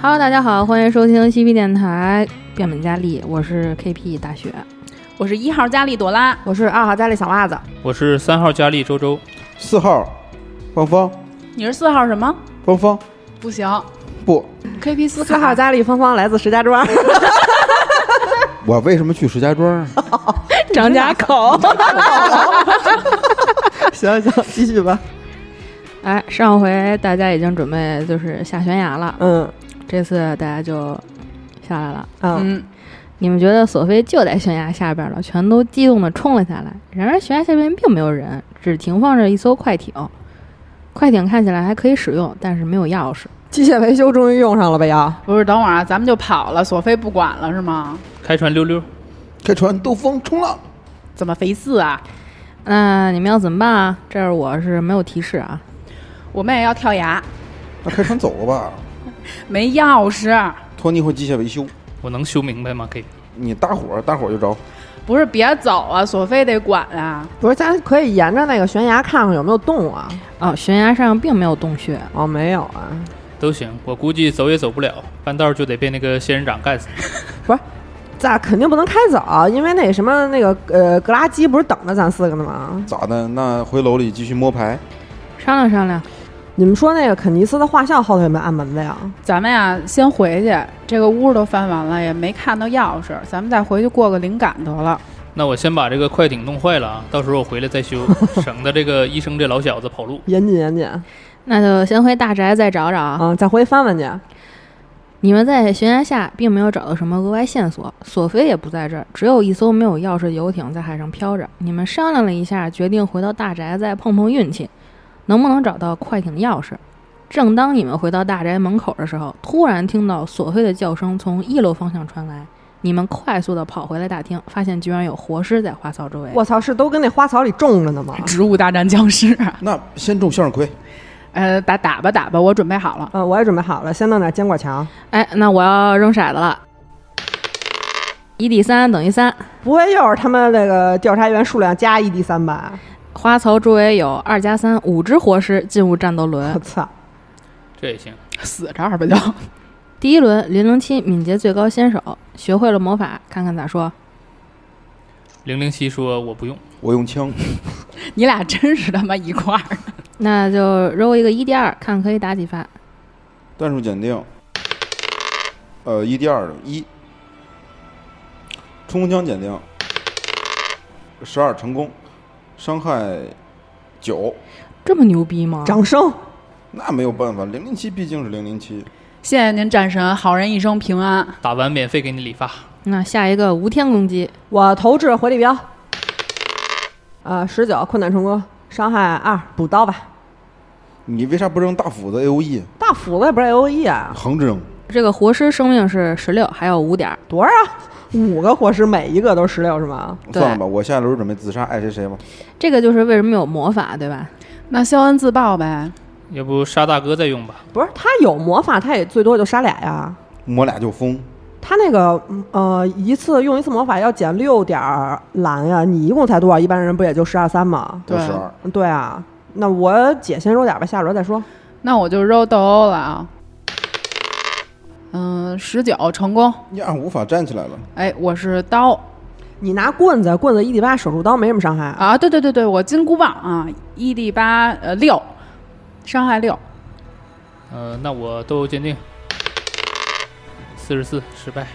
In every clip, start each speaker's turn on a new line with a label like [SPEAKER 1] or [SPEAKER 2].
[SPEAKER 1] Hello，大家好，欢迎收听西皮电台变本加厉，我是 KP 大雪，
[SPEAKER 2] 我是一号佳丽朵拉，
[SPEAKER 3] 我是二号家里小袜子，
[SPEAKER 4] 我是三号佳丽周周，
[SPEAKER 5] 四号，汪峰，
[SPEAKER 2] 你是四号什么？
[SPEAKER 5] 汪峰
[SPEAKER 2] 不行
[SPEAKER 5] 不，
[SPEAKER 2] ，KP 四
[SPEAKER 3] 四号家里芳芳来自石家庄，
[SPEAKER 5] 我为什么去石家庄啊？
[SPEAKER 1] 张家 口。
[SPEAKER 3] 行行，继续吧。
[SPEAKER 1] 哎，上回大家已经准备就是下悬崖了，
[SPEAKER 3] 嗯
[SPEAKER 1] 这次大家就下来了。
[SPEAKER 3] 啊，
[SPEAKER 2] 嗯，
[SPEAKER 1] 你们觉得索菲就在悬崖下边了，全都激动地冲了下来。然而悬崖下边并没有人，只停放着一艘快艇。快艇看起来还可以使用，但是没有钥匙。
[SPEAKER 3] 机械维修终于用上了呗要。
[SPEAKER 2] 不是，等会儿啊，咱们就跑了，索菲不管了是吗？
[SPEAKER 4] 开船溜溜，
[SPEAKER 5] 开船兜风冲浪，
[SPEAKER 2] 怎么肥四啊？
[SPEAKER 1] 那你们要怎么办啊？这儿我是没有提示啊。
[SPEAKER 2] 我们也要跳崖，
[SPEAKER 5] 那开船走了吧？
[SPEAKER 2] 没钥匙，
[SPEAKER 5] 托尼会机械维修，
[SPEAKER 4] 我能修明白吗？K，
[SPEAKER 5] 你搭伙搭伙就着。
[SPEAKER 2] 不是别走啊，索菲得管啊。
[SPEAKER 3] 不是，咱可以沿着那个悬崖看看有没有洞啊？
[SPEAKER 1] 哦，悬崖上并没有洞穴，
[SPEAKER 3] 哦，没有啊。
[SPEAKER 4] 都行，我估计走也走不了，半道就得被那个仙人掌干死。
[SPEAKER 3] 咱肯定不能开走，啊因为那什么那个呃格拉基不是等着咱四个呢吗？
[SPEAKER 5] 咋的？那回楼里继续摸牌。
[SPEAKER 1] 商量商量。
[SPEAKER 3] 你们说那个肯尼斯的画像后头有没有暗门子呀？
[SPEAKER 2] 咱们呀、先回去，这个屋都翻完了，也没看到钥匙，咱们再回去过个灵感得了。
[SPEAKER 4] 那我先把这个快艇弄坏了啊，到时候我回来再修， 省得这个医生这老小子跑路。
[SPEAKER 3] 严谨严谨啊、
[SPEAKER 1] 那就先回大宅再找找啊。
[SPEAKER 3] 再回去翻翻去。
[SPEAKER 1] 你们在悬崖下并没有找到什么额外线索，索菲也不在这儿，只有一艘没有钥匙的游艇在海上飘着。你们商量了一下，决定回到大宅再碰碰运气，能不能找到快艇的钥匙。正当你们回到大宅门口的时候，突然听到索菲的叫声从一楼方向传来。你们快速的跑回来大厅，发现居然有活尸在花草周围。
[SPEAKER 3] 我操，是都跟那花草里种着呢吗？
[SPEAKER 2] 植物大战僵尸，
[SPEAKER 5] 那先种向日葵，
[SPEAKER 2] 呃，打打吧打吧，我准备好了。
[SPEAKER 3] 嗯、我也准备好了，先弄点坚果墙。
[SPEAKER 1] 哎，那我要扔骰子了，一 d 三等于三。
[SPEAKER 3] 不会又是他们那个调查员数量加一 d 三吧？
[SPEAKER 1] 花槽周围有二加三五只活尸进入战斗
[SPEAKER 3] 我
[SPEAKER 1] 轮。
[SPEAKER 3] 操！
[SPEAKER 4] 这也行，
[SPEAKER 2] 死这儿吧就。
[SPEAKER 1] 第一轮零零七敏捷最高先手，学会了魔法，看看咋说。
[SPEAKER 4] 零零七说我不用，
[SPEAKER 5] 我用枪。
[SPEAKER 2] 你俩真是他妈一块儿。
[SPEAKER 1] 那就揉一个一 d 二，看可以打几发。
[SPEAKER 5] 战术检定，呃，一 D 二一，冲锋枪检定，十二成功，伤害九。
[SPEAKER 1] 这么牛逼吗？
[SPEAKER 3] 掌声！
[SPEAKER 5] 那没有办法，零零七毕竟是零零七。
[SPEAKER 2] 谢谢您，战神，好人一生平安。
[SPEAKER 4] 打完免费给你理发。
[SPEAKER 1] 那下一个无天攻击，
[SPEAKER 3] 我投掷回力镖，呃，十九困难成功，伤害二，补刀吧。
[SPEAKER 5] 你为啥不扔大斧子 A O E
[SPEAKER 3] 大斧子也不是 A O E 啊，
[SPEAKER 5] 横着扔？
[SPEAKER 1] 这个活尸生命是十六，还有五点儿。
[SPEAKER 3] 多少啊？五个火石，每一个都是十六是吗？
[SPEAKER 1] 对
[SPEAKER 5] 算了吧，我下一轮准备自杀，爱谁谁吧。
[SPEAKER 1] 这个就是为什么有魔法，对吧？
[SPEAKER 2] 那肖恩自爆呗。
[SPEAKER 4] 要不杀大哥再用吧？
[SPEAKER 3] 不是，他有魔法，他也最多就杀俩呀。
[SPEAKER 5] 我俩就疯。
[SPEAKER 3] 他那个嗯呃，一次用一次魔法要减六点儿蓝呀，你一共才多少？一般人不也就十二三吗？
[SPEAKER 5] 六
[SPEAKER 2] 对
[SPEAKER 5] 十二，
[SPEAKER 3] 对啊，那我姐先揉点儿吧，下轮再说。
[SPEAKER 2] 那我就揉斗殴了啊。嗯，十九成功。
[SPEAKER 5] 呀，无法站起来了。
[SPEAKER 2] 哎，我是刀
[SPEAKER 3] 你拿棍子，棍子一 d 八，手术刀没什么伤害啊。
[SPEAKER 2] 啊！对对对对，我金箍棒啊，一 d 八呃六，伤害六。
[SPEAKER 4] 呃，那我斗殴鉴定，四十四失败。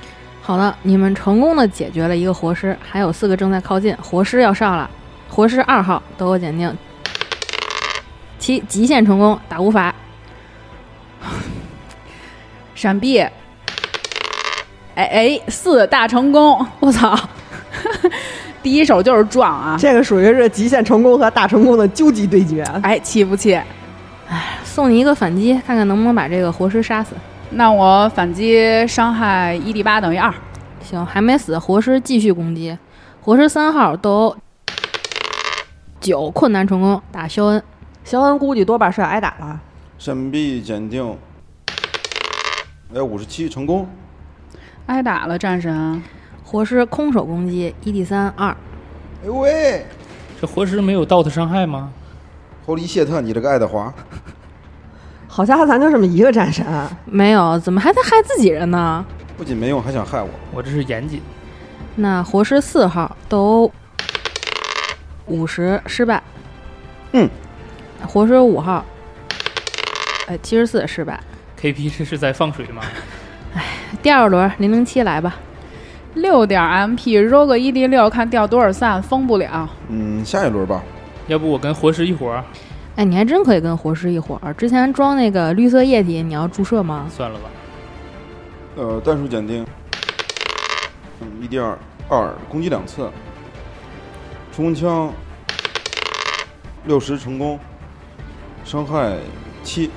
[SPEAKER 1] 好了，你们成功的解决了一个活尸，还有四个正在靠近，活尸要上了。活尸二号德国鉴定，七极限成功，打无法。
[SPEAKER 2] 闪避。哎哎，四大成功！
[SPEAKER 1] 我操！
[SPEAKER 2] 第一手就是撞啊！
[SPEAKER 3] 这个属于是极限成功和大成功的究极对决。
[SPEAKER 2] 哎，气不气？
[SPEAKER 1] 送你一个反击，看看能不能把这个活尸杀死。
[SPEAKER 2] 那我反击伤害一 d 八等于二。
[SPEAKER 1] 行，还没死，活尸继续攻击。活尸三号斗殴，九困难成功，打肖恩。
[SPEAKER 3] 肖恩估计多半是要挨打了。
[SPEAKER 5] 闪避检定，哎，五十七成功，
[SPEAKER 2] 挨打了，战神。
[SPEAKER 1] 活尸空手攻击一 d 三二，
[SPEAKER 5] 哎呦喂，
[SPEAKER 4] 这活尸没有 DOT 伤害吗？
[SPEAKER 5] 侯离谢特，你这个爱德华，
[SPEAKER 3] 好家伙，咱就这么一个战神，啊
[SPEAKER 1] 没有，怎么还在害自己人呢？
[SPEAKER 5] 不仅没用，还想害我，
[SPEAKER 4] 我这是严谨，
[SPEAKER 1] 那活尸四号斗殴五十失败，
[SPEAKER 5] 嗯，
[SPEAKER 1] 活尸五号，呃七十四失败。
[SPEAKER 4] KP 这是在放水吗？
[SPEAKER 1] 第二轮零零七来吧，
[SPEAKER 2] 六点 MP，揉个一 d 六，看掉多少散，封不了。
[SPEAKER 5] 嗯，下一轮吧，
[SPEAKER 4] 要不我跟活尸一伙儿？
[SPEAKER 1] 哎，你还真可以跟活尸一伙儿。之前装那个绿色液体，你要注射吗？
[SPEAKER 4] 算了吧，
[SPEAKER 5] 呃，战术检定，嗯，一 D 二二攻击两次，冲锋枪六十成功，伤害七，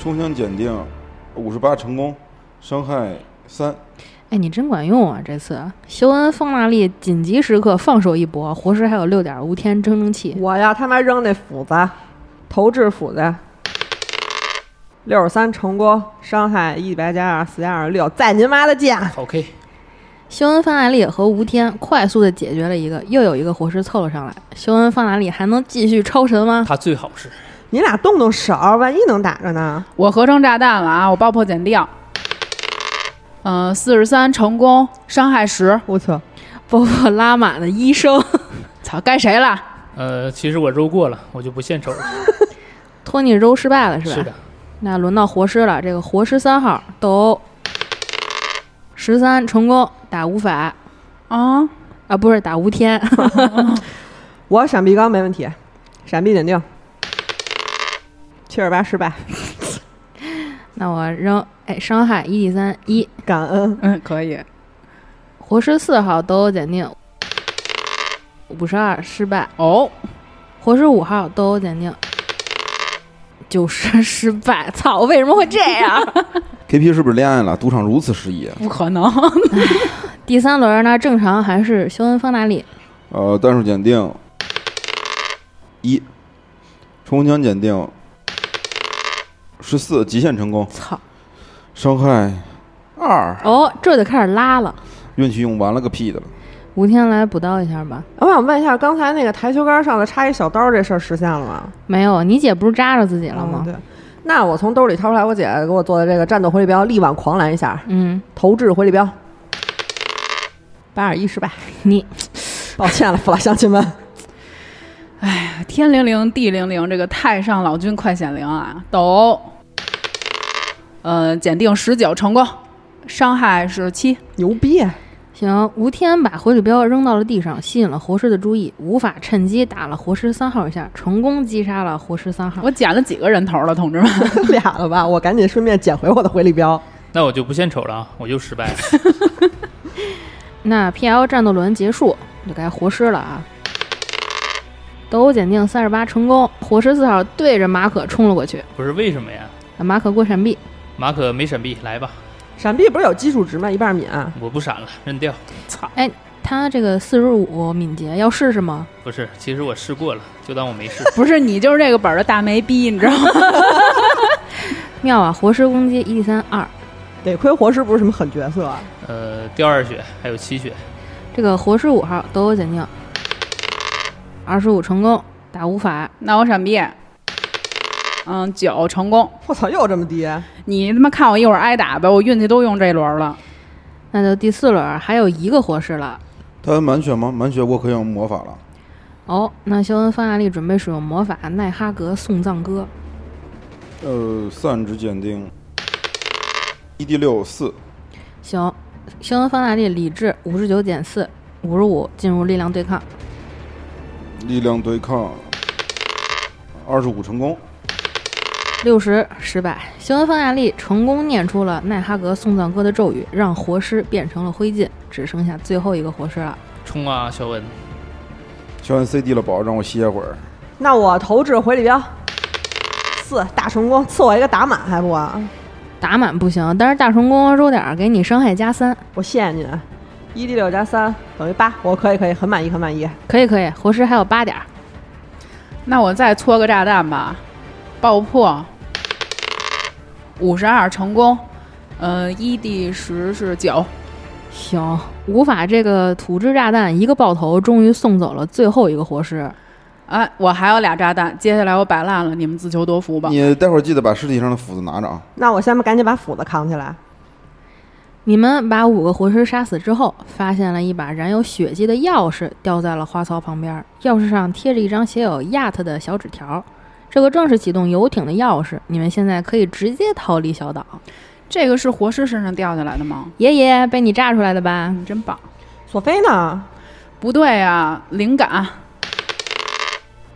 [SPEAKER 5] 冲锋枪检定五十八成功，伤害三，
[SPEAKER 1] 哎，你真管用啊！这次修恩、phong 纳利紧急时刻放手一搏，活尸还有六点无天蒸蒸气，
[SPEAKER 3] 我呀，他妈扔那斧子，投掷斧子，六十三成功，伤害一百加二四加二六，在您妈的啊见！
[SPEAKER 4] 好 K，
[SPEAKER 1] 修恩、范纳利和吴天快速的解决了一个，又有一个活尸凑了上来。修恩、范纳利还能继续超神吗？
[SPEAKER 4] 他最好是
[SPEAKER 3] 你俩动动手，万一能打着呢？
[SPEAKER 2] 我合成炸弹了啊！我爆破减掉。嗯、呃，四十三成功，伤害十。
[SPEAKER 3] 我操，
[SPEAKER 1] 包括拉满的医生
[SPEAKER 2] 操，该谁了？
[SPEAKER 4] 呃，其实我揉过了，我就不献丑了。
[SPEAKER 1] 托尼揉失败了是吧？
[SPEAKER 4] 是的，
[SPEAKER 1] 那轮到活尸了，这个活尸三号斗殴十三成功打吴法
[SPEAKER 2] 啊、
[SPEAKER 1] 啊，不是打吴天，
[SPEAKER 3] 我闪避刚没问题，闪避检定，七十八失败，
[SPEAKER 1] 那我扔哎伤害一 d 三一，
[SPEAKER 3] 感恩。
[SPEAKER 2] 嗯，可以。
[SPEAKER 1] 活尸四号斗殴检定五十二失败，
[SPEAKER 2] 哦，
[SPEAKER 1] 活尸五号斗殴检定九十失败， 操，为什么会这样？
[SPEAKER 5] KP 是不是恋爱了？赌场如此失意。啊
[SPEAKER 2] 不可能。
[SPEAKER 1] 第三轮呢，正常还是修恩方达利，
[SPEAKER 5] 呃，战术检定一，冲锋枪检定十四，极限成功，
[SPEAKER 1] 操，
[SPEAKER 5] 伤害二，
[SPEAKER 1] 哦，这就开始拉了。
[SPEAKER 5] 运气用完了个屁的了。
[SPEAKER 1] 吴天来补刀一下吧。
[SPEAKER 3] 我想问一下，刚才那个台球杆上的插一小刀这事儿实现了吗？
[SPEAKER 1] 没有，你姐不是扎着自己了
[SPEAKER 3] 嗯
[SPEAKER 1] 吗？
[SPEAKER 3] 对。那我从兜里掏出来，我姐给我做的这个战斗回力镖，力挽狂澜一下，
[SPEAKER 1] 嗯，
[SPEAKER 3] 投掷回力镖，八二一失败，
[SPEAKER 1] 你
[SPEAKER 3] 抱歉了，父老乡亲们。
[SPEAKER 2] 天灵灵，地灵灵，这个太上老君快显灵啊！斗殴，呃，检定十九成功，伤害是七。
[SPEAKER 3] 牛逼！啊
[SPEAKER 1] 行，吴天把回力镖扔到了地上，吸引了活尸的注意，无法趁机打了活尸三号一下，成功击杀了活尸三号。
[SPEAKER 2] 我减了几个人头了，同志们？
[SPEAKER 3] 俩了吧？我赶紧顺便捡回我的回力镖。
[SPEAKER 4] 那我就不献丑了，啊，我就失败了。
[SPEAKER 1] 那 P L 战斗轮结束，就该活尸了啊！斗殴检定三十八成功，活尸四号对着马可冲了过去，
[SPEAKER 4] 不是为什么呀？
[SPEAKER 1] 马可过闪避。
[SPEAKER 4] 马可没闪避，来吧，
[SPEAKER 3] 闪避不是有基础值吗？一半啊免。
[SPEAKER 4] 我不闪了，认掉。
[SPEAKER 1] 他这个四十五敏捷要试试吗？
[SPEAKER 4] 不是，其实我试过了，就当我没试。
[SPEAKER 2] 不是，你就是这个本儿的大没逼，你知道吗？
[SPEAKER 1] 妙啊！活尸攻击一三二，
[SPEAKER 3] 得亏活尸不是什么狠角色，啊
[SPEAKER 4] 呃，掉二血，还有七血，
[SPEAKER 1] 这个活尸五号斗殴检定二十五成功，打无法。
[SPEAKER 2] 那我闪避，嗯，九成功。
[SPEAKER 3] 我操，又这么低！啊
[SPEAKER 2] 你他妈看我一会儿挨打吧，我运气都用这轮了。
[SPEAKER 1] 那就第四轮还有一个活尸了。
[SPEAKER 5] 他满血吗？满血我可以用魔法了。
[SPEAKER 1] 哦，那肖恩方亚利准备使用魔法奈哈格送葬歌，
[SPEAKER 5] 呃，散值检定一 D 六四，
[SPEAKER 1] 行，肖恩方亚利理智五十九减四，五十五进入力量对抗，
[SPEAKER 5] 力量对抗二十五成功，
[SPEAKER 1] 六十失败。肖恩方亚利成功念出了奈哈格送葬歌的咒语，让活尸变成了灰烬，只剩下最后一个活尸了。
[SPEAKER 4] 冲啊，肖恩！
[SPEAKER 5] 小恩 CD 了宝，让我歇会儿。
[SPEAKER 3] 那我投掷回力镖，四大成功，赐我一个打满还不啊？
[SPEAKER 1] 打满不行，但是大成功啊揉点儿给你伤害加三，
[SPEAKER 3] 我谢谢您。一 D 六加三等于八，我可以可以，很满意很满意。
[SPEAKER 1] 可以可以，活尸还有八点儿。
[SPEAKER 2] 那我再搓个炸弹吧，爆破，五十二成功，呃，一 d 十是九，
[SPEAKER 1] 行，无法这个土制炸弹一个爆头，终于送走了最后一个活尸。
[SPEAKER 2] 哎，我还有俩炸弹，接下来我摆烂了，你们自求多福吧。
[SPEAKER 5] 你待会儿记得把尸体上的斧子拿着啊。
[SPEAKER 3] 那我先赶紧把斧子扛起来。
[SPEAKER 1] 你们把五个活尸杀死之后，发现了一把染有血迹的钥匙掉在了花槽旁边，钥匙上贴着一张写有 “yat” 的小纸条。这个正是启动游艇的钥匙，你们现在可以直接逃离小岛。
[SPEAKER 2] 这个是活尸身上掉下来的吗？
[SPEAKER 1] 爷爷被你炸出来的吧？
[SPEAKER 2] 你真棒！
[SPEAKER 3] 索菲呢？
[SPEAKER 2] 不对啊，灵感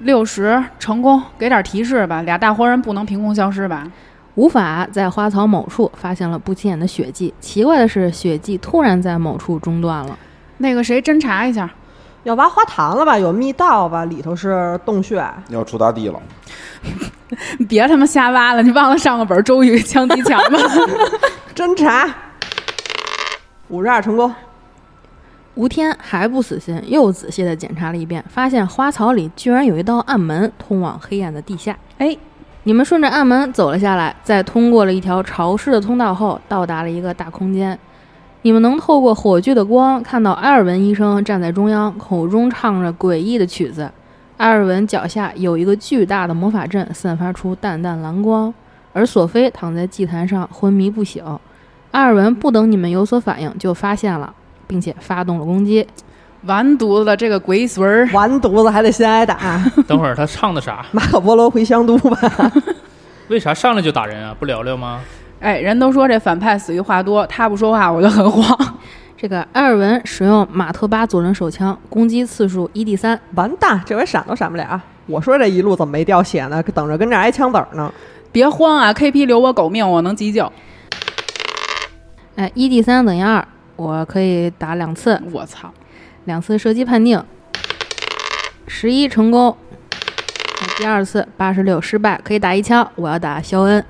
[SPEAKER 2] 六十成功，给点提示吧。俩大活人不能凭空消失吧？
[SPEAKER 1] 无法在花槽某处发现了不起眼的血迹。奇怪的是，血迹突然在某处中断了。
[SPEAKER 2] 那个谁，侦查一下。
[SPEAKER 3] 要挖花坛了吧？有密道吧？里头是洞穴。
[SPEAKER 5] 要出大地了，
[SPEAKER 2] 别他妈瞎挖了，你忘了上个本《周瑜枪击强》吗？
[SPEAKER 3] 侦查，啊五十二成功。
[SPEAKER 1] 吴天还不死心，又仔细地检查了一遍，发现花槽里居然有一道暗门通往黑暗的地下。
[SPEAKER 2] 哎，
[SPEAKER 1] 你们顺着暗门走了下来，在通过了一条潮湿的通道后，到达了一个大空间。你们能透过火炬的光看到埃尔文医生站在中央，口中唱着诡异的曲子。埃尔文脚下有一个巨大的魔法阵，散发出淡淡蓝光，而索菲躺在祭坛上昏迷不醒。埃尔文不等你们有所反应，就发现了，并且发动了攻击。
[SPEAKER 2] 完犊子，这个鬼孙儿！
[SPEAKER 3] 完犊子还得先挨打。啊
[SPEAKER 4] 等会儿他唱的啥？
[SPEAKER 3] 马可波罗回香都吧。
[SPEAKER 4] 为啥上来就打人啊？不聊聊吗？
[SPEAKER 2] 哎，人都说这反派死于话多，他不说话我就很慌。
[SPEAKER 1] 这个埃尔文使用马特巴左轮手枪，攻击次数一 d 三。
[SPEAKER 3] 完蛋，这回闪都闪不了。啊我说这一路怎么没掉血呢？等着跟这儿挨枪子儿呢。
[SPEAKER 2] 别慌啊，KP 留我狗命，我能急救。
[SPEAKER 1] 哎，一 d 三等于二，我可以打两次，
[SPEAKER 2] 我操！
[SPEAKER 1] 两次射击判定，十一成功。哎第二次八十六失败，可以打一枪，我要打肖恩。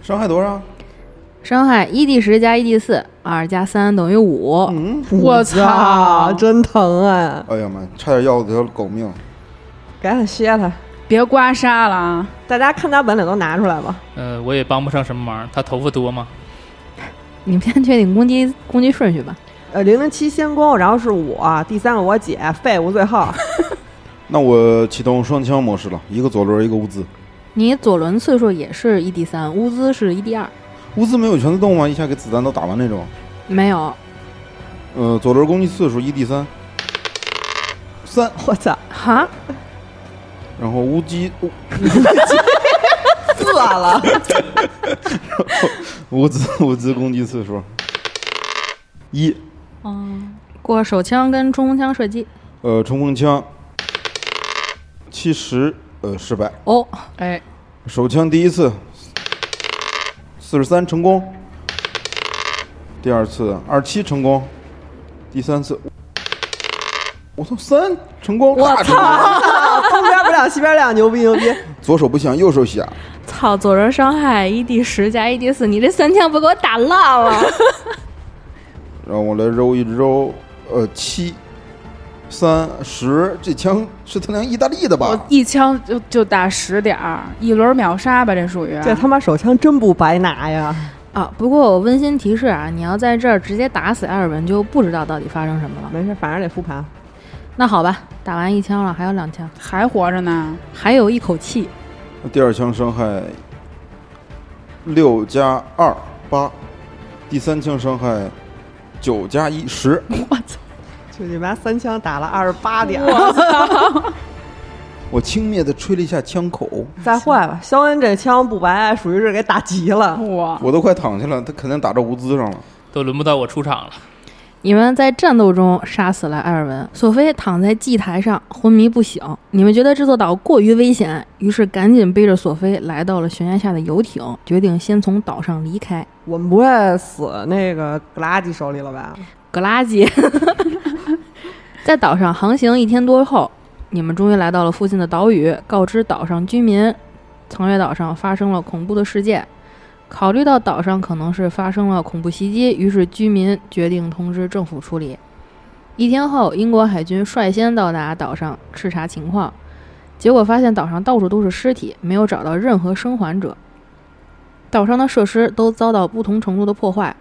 [SPEAKER 5] 伤害多少？
[SPEAKER 1] 伤害一 d 十加一 d 四，二加三等于五。
[SPEAKER 5] 嗯，
[SPEAKER 2] 我操！
[SPEAKER 3] 真疼啊！
[SPEAKER 5] 哎呀妈，差点要了条狗命。
[SPEAKER 3] 赶紧歇他。
[SPEAKER 2] 别刮痧了啊！
[SPEAKER 3] 大家看家本领都拿出来吧。
[SPEAKER 4] 呃，我也帮不上什么忙。他头发多吗？
[SPEAKER 1] 你们先确定攻击攻击顺序吧。
[SPEAKER 3] 呃，零零七先攻，然后是我，第三个我姐，废物最后。
[SPEAKER 5] 那我启动双枪模式了，一个左轮，一个乌兹。
[SPEAKER 1] 你左轮次数也是一 d 三，乌兹是一 d 二，
[SPEAKER 5] 乌兹没有全自动吗？一下给子弹都打完那种。
[SPEAKER 1] 没有。
[SPEAKER 5] 呃，左轮攻击次数一 d 三，三。
[SPEAKER 3] 我操，
[SPEAKER 1] 哈，
[SPEAKER 5] 然后乌鸡乌
[SPEAKER 3] 死了！
[SPEAKER 5] 乌兹乌兹攻击次数一，
[SPEAKER 1] 过手枪跟冲锋枪射击。
[SPEAKER 5] 呃，冲锋枪七十，呃，失败。
[SPEAKER 1] 哦，
[SPEAKER 2] 哎，
[SPEAKER 5] 手枪第一次四十三成功，第二次二七成功，第三次我操三成功，我操，
[SPEAKER 3] 东边不 亮西边亮，牛逼牛逼！
[SPEAKER 2] 啊
[SPEAKER 5] 左手不响，右手响，
[SPEAKER 1] 操！左轮伤害一 d 十加一 d 四，你这三枪不给我打烂了？
[SPEAKER 5] 让我来揉一揉，呃，七三十，这枪是他娘意大利的
[SPEAKER 2] 我
[SPEAKER 5] 吧？
[SPEAKER 2] 一枪就就打十点儿，一轮秒杀吧，这属于。
[SPEAKER 3] 这他妈手枪真不白拿呀！
[SPEAKER 1] 啊，不过我温馨提示啊，你要在这儿直接打死埃尔文，就不知道到底发生什么了。
[SPEAKER 3] 没事，反正得复盘。
[SPEAKER 1] 那好吧，打完一枪了，还有两枪，
[SPEAKER 2] 还活着呢，
[SPEAKER 1] 还有一口气。
[SPEAKER 5] 第二枪伤害六加二八，第三枪伤害九加一十。
[SPEAKER 3] 就你妈三枪打了二十八点，
[SPEAKER 5] 我轻蔑地吹了一下枪口，
[SPEAKER 3] 再坏 吧。肖恩这枪不白，属于是给打急了。
[SPEAKER 2] 哇！
[SPEAKER 5] 我都快躺下了，他肯定打到无资上了。
[SPEAKER 4] 都轮不到我出场了。
[SPEAKER 1] 你们在战斗中杀死了埃尔文，索菲躺在祭台上昏迷不醒。你们觉得这座岛过于危险，于是赶紧背着索菲来到了悬崖下的游艇，决定先从岛上离开。
[SPEAKER 3] 我们不会死那个格拉基手里了吧？
[SPEAKER 1] 格拉吉。在岛上航行一天多后，你们终于来到了附近的岛屿，告知岛上居民，曾月岛上发生了恐怖的事件。考虑到岛上可能是发生了恐怖袭击，于是居民决定通知政府处理。一天后，英国海军率先到达岛上视察情况，结果发现岛上到处都是尸体，没有找到任何生还者。岛上的设施都遭到不同程度的破坏，